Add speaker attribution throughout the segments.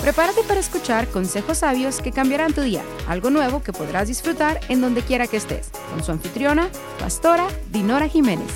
Speaker 1: Prepárate para escuchar consejos sabios que cambiarán tu día, algo nuevo que podrás disfrutar en donde quiera que estés, con su anfitriona, pastora Dinora Jiménez.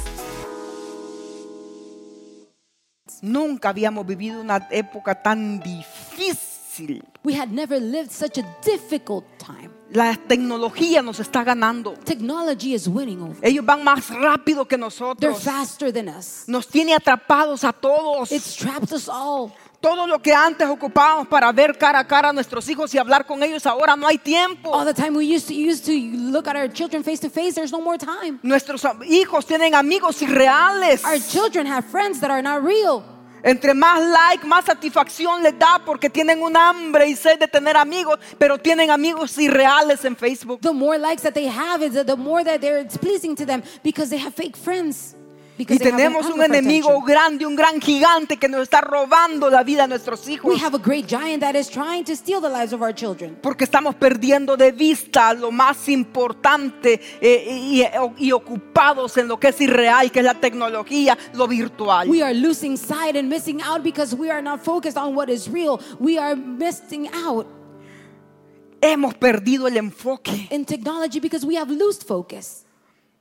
Speaker 2: Nunca habíamos vivido una época tan difícil.
Speaker 3: We had never lived such a difficult time.
Speaker 2: La tecnología nos está ganando.
Speaker 3: Technology is winning over.
Speaker 2: Ellos van más rápido que
Speaker 3: They're
Speaker 2: nosotros.
Speaker 3: faster than us.
Speaker 2: Nos tiene atrapados a todos.
Speaker 3: It's trapped us all.
Speaker 2: Todo lo que antes ocupábamos para ver cara a cara a nuestros hijos y hablar con ellos, ahora no hay tiempo.
Speaker 3: All the time we used to used to look at our children face to face, there's no more time.
Speaker 2: Nuestros am- hijos tienen amigos irreales.
Speaker 3: Our children have friends that are not real.
Speaker 2: Entre más like, más satisfacción les da porque tienen un hambre y sed de tener amigos, pero tienen amigos irreales en Facebook.
Speaker 3: The more likes that they have, is the more that they're it's pleasing to them because they have fake friends.
Speaker 2: Y
Speaker 3: Because they have an
Speaker 2: tenemos un
Speaker 3: hunger for
Speaker 2: enemigo
Speaker 3: attention.
Speaker 2: grande, un gran gigante que nos está robando la vida a nuestros hijos
Speaker 3: We have a great giant that is trying to steal the lives of our children.
Speaker 2: porque estamos perdiendo de vista lo más importante eh, y, y- y ocupados en lo que es irreal, que es la tecnología, lo virtual.
Speaker 3: We are losing sight and missing out because we are not focused on what is real. We are missing out
Speaker 2: Hemos perdido el enfoque.
Speaker 3: in technology because we have lost focus.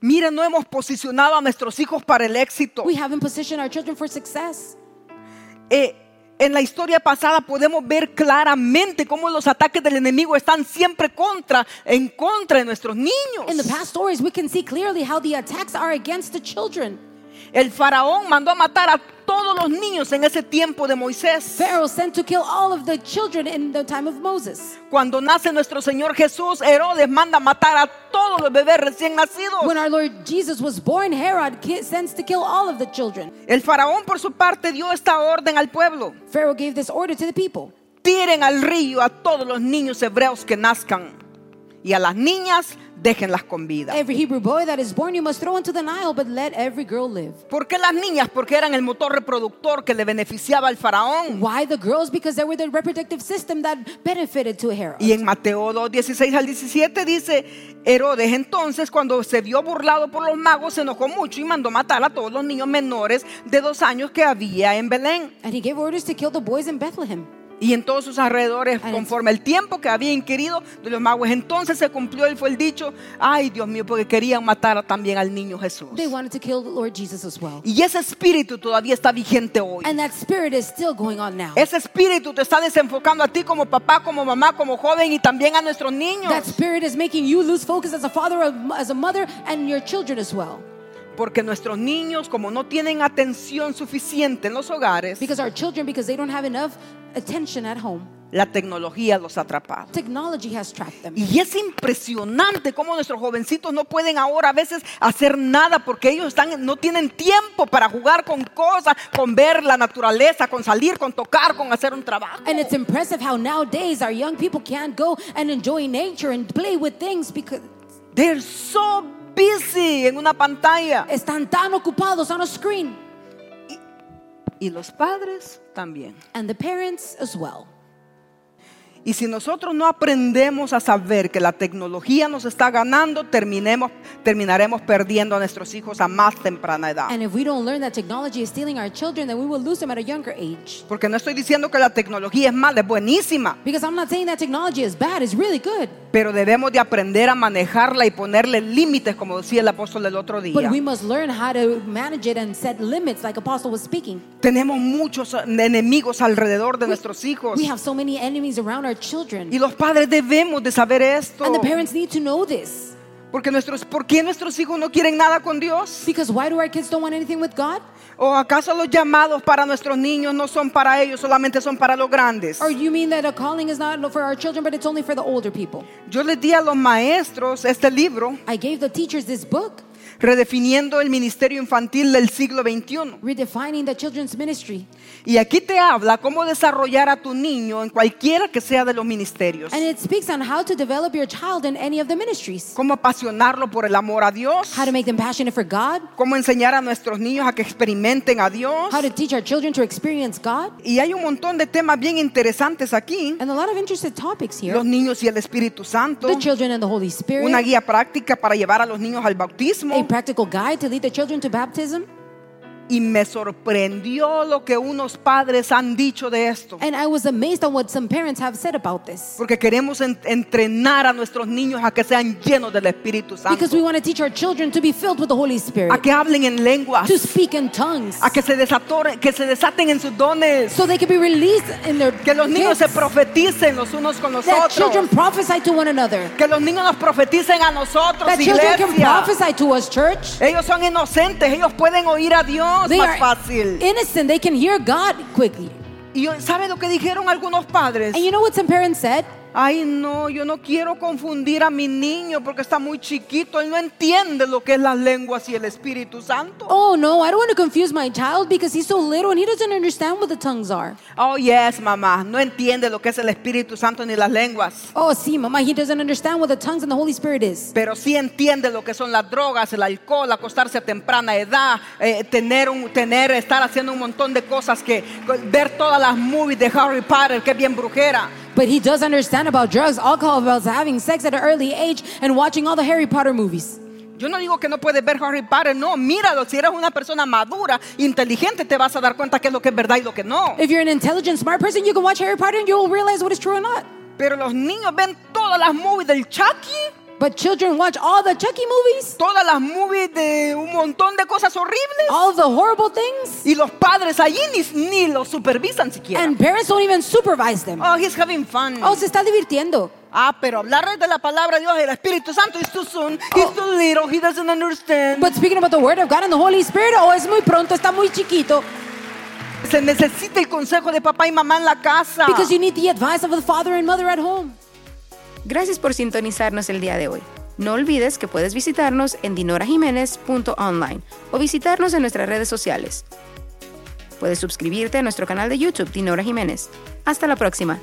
Speaker 2: Mira, no hemos posicionado a nuestros hijos para el éxito.
Speaker 3: We haven't positioned our children for success.
Speaker 2: Eh, en la historia pasada podemos ver claramente cómo los ataques del enemigo están siempre contra, en contra de nuestros
Speaker 3: In the
Speaker 2: niños.
Speaker 3: past stories, we can see clearly how the attacks are against the children.
Speaker 2: El faraón mandó a matar a todos los niños en ese tiempo de Moisés.
Speaker 3: Pharaoh sent to kill all of the children in the time of Moses.
Speaker 2: Cuando nace nuestro Señor Jesús, Herodes manda a matar a todos los bebés recién nacidos.
Speaker 3: When our Lord Jesus was born, Herod ki- sends to kill all of the children.
Speaker 2: El faraón por su parte dio esta orden al pueblo.
Speaker 3: Pharaoh gave this order to the people
Speaker 2: Tiren al río a todos los niños hebreos que nazcan y a las niñas déjenlas con vida.
Speaker 3: Every Hebrew boy that is born, you must throw into the Nile, but let every girl live.
Speaker 2: ¿Por qué las niñas? Porque eran el motor reproductor que le beneficiaba al faraón.
Speaker 3: Why the girls? Because they were the reproductive system that benefited to Herod.
Speaker 2: Y en Mateo 2, 16 al 17 dice, Herodes entonces cuando se vio burlado por los magos se enojó mucho y mandó matar a todos los niños menores de dos años que había en Belén
Speaker 3: And he gave orders to kill the boys in Bethlehem.
Speaker 2: y en todos sus alrededores
Speaker 3: Parece.
Speaker 2: conforme el tiempo que había inquirido de los magos. Entonces se cumplió y fue el dicho, ay Dios mío, porque querían matar también al niño Jesús.
Speaker 3: They wanted to kill the Lord Jesus as well.
Speaker 2: Y ese espíritu todavía está vigente hoy.
Speaker 3: And that spirit is still going on now.
Speaker 2: Ese espíritu te está desenfocando a ti como papá, como mamá, como joven y también a nuestros niños.
Speaker 3: That spirit is making you lose focus as a father, as a mother, and your children as well.
Speaker 2: Porque nuestros niños, como no tienen atención suficiente en los hogares,
Speaker 3: Because our children, because they don't have enough attention at home,
Speaker 2: la tecnología los atrapa.
Speaker 3: technology has trapped them.
Speaker 2: Y es impresionante cómo nuestros jovencitos no pueden ahora a veces hacer nada porque ellos están, no tienen tiempo para jugar con cosas, con ver la naturaleza, con salir, con tocar, con hacer un trabajo.
Speaker 3: And it's impressive how nowadays our young people can't go and enjoy nature and play with things because
Speaker 2: They're so busy en una pantalla.
Speaker 3: están tan ocupados on a screen.
Speaker 2: Y los padres también.
Speaker 3: And the parents as well.
Speaker 2: Y si nosotros no aprendemos a saber que la tecnología nos está ganando, terminemos, terminaremos perdiendo a nuestros hijos a más temprana edad.
Speaker 3: And if we don't learn that technology is stealing our children, then we will lose them at a younger age.
Speaker 2: Porque no estoy diciendo que la tecnología es mala, es buenísima,
Speaker 3: Because I'm not saying that technology is bad, it's really good.
Speaker 2: pero debemos de aprender a manejarla y ponerle límites, como decía el apóstol el otro
Speaker 3: But
Speaker 2: día.
Speaker 3: we must learn how to manage it and set limits, like Apostle was speaking.
Speaker 2: Tenemos muchos eh, enemigos alrededor de nuestros hijos
Speaker 3: We have so many enemies around our children.
Speaker 2: y los padres debemos de saber esto.
Speaker 3: And the parents need to know this.
Speaker 2: Porque nuestros, ¿Por qué nuestros hijos no quieren nada con Dios?
Speaker 3: Because why do our kids don't want anything with God?
Speaker 2: ¿O acaso los llamados para nuestros niños no son para ellos, solamente son para los grandes?
Speaker 3: Or you mean that a calling is not for our children, but it's only for the older people?
Speaker 2: Yo les di a los maestros este libro,
Speaker 3: I gave the teachers this book,
Speaker 2: redefiniendo el ministerio infantil del siglo XXI.
Speaker 3: Redefining the Children's Ministry.
Speaker 2: Y aquí te habla cómo desarrollar a tu niño en cualquiera que sea de los ministerios.
Speaker 3: And it speaks on how to develop your child in any of the ministries,
Speaker 2: Cómo apasionarlo por el amor a Dios.
Speaker 3: how to make them passionate for God,
Speaker 2: Cómo enseñar a nuestros niños a que experimenten a Dios.
Speaker 3: how to teach our children to experience God.
Speaker 2: Y hay un montón de temas bien interesantes aquí.
Speaker 3: And a lot of interested topics here
Speaker 2: Los niños y el Espíritu Santo.
Speaker 3: the children and the Holy Spirit,
Speaker 2: Una guía práctica para llevar a los niños al
Speaker 3: a
Speaker 2: bautismo.
Speaker 3: practical guide to lead the children to baptism.
Speaker 2: Y me sorprendió lo que unos padres han dicho de esto.
Speaker 3: And I was amazed on what some parents have said about this.
Speaker 2: Porque queremos en- entrenar a nuestros niños a que sean llenos del Espíritu
Speaker 3: Because we
Speaker 2: Santo.
Speaker 3: want to teach our children to be filled with the Holy
Speaker 2: A
Speaker 3: Spirit,
Speaker 2: que hablen en lenguas.
Speaker 3: to speak in tongues,
Speaker 2: A que se, desatoren, que se desaten en sus dones.
Speaker 3: so they can be released in their
Speaker 2: Que los niños se
Speaker 3: gifts.
Speaker 2: profeticen los unos con los
Speaker 3: That children
Speaker 2: otros.
Speaker 3: prophesy to one another.
Speaker 2: Que los niños nos profeticen a nosotros,
Speaker 3: That children can
Speaker 2: iglesia.
Speaker 3: prophesy to us, church.
Speaker 2: Ellos son inocentes, ellos pueden oír a Dios
Speaker 3: They
Speaker 2: más
Speaker 3: are
Speaker 2: fácil.
Speaker 3: innocent. They can hear God quickly.
Speaker 2: Y yo- ¿sabe lo que dijeron algunos padres?
Speaker 3: And you know what some parents said?
Speaker 2: Ay, no, yo no quiero confundir a mi niño porque está muy chiquito, él no entiende lo que es las lenguas y el Espíritu Santo.
Speaker 3: Oh no, I don't want to confuse my child because he's so little and he doesn't understand what the tongues are.
Speaker 2: Oh, yes, mamá, no entiende lo que es el Espíritu Santo ni las lenguas,
Speaker 3: Oh, see, mama, he doesn't understand what the tongues and the Holy Spirit is.
Speaker 2: pero sí entiende lo que son las drogas, el alcohol, acostarse a temprana edad, eh, tener un, tener, estar haciendo un montón de cosas que ver todas las movies de Harry Potter, que es bien brujera.
Speaker 3: But he does understand about drugs, alcohol, about having sex at an early age, and watching all the Harry Potter movies.
Speaker 2: Yo no digo que no puedes ver Harry Potter, no, míralo, si eres una persona madura, inteligente, te vas a dar cuenta qué es lo que es verdad y lo que no.
Speaker 3: If you're an intelligent, smart person, you can watch Harry Potter and you'll realize what is true or not.
Speaker 2: Pero los niños ven todas las movies del Chucky,
Speaker 3: But children watch all the Chucky movies,
Speaker 2: todas las movies de un montón de cosas horribles.
Speaker 3: all the horrible things,
Speaker 2: Y los padres allí ni, ni los supervisan siquiera.
Speaker 3: and parents don't even supervise them.
Speaker 2: Oh, he's having fun.
Speaker 3: Oh, se está divirtiendo.
Speaker 2: Ah, pero hablar de la palabra de Dios y del Espíritu Santo es too soon, he's too little, he doesn't understand.
Speaker 3: Oh. But speaking about the Word of God and the Holy Spirit, oh, es muy pronto, está muy chiquito.
Speaker 2: Se necesita el consejo de papá y mamá en la casa.
Speaker 3: Because you need the advice of the father and mother at home.
Speaker 1: Gracias por sintonizarnos el día de hoy. No olvides que puedes visitarnos en dinorajiménez.online o visitarnos en nuestras redes sociales. Puedes suscribirte a nuestro canal de YouTube Dinora Jiménez. Hasta la próxima.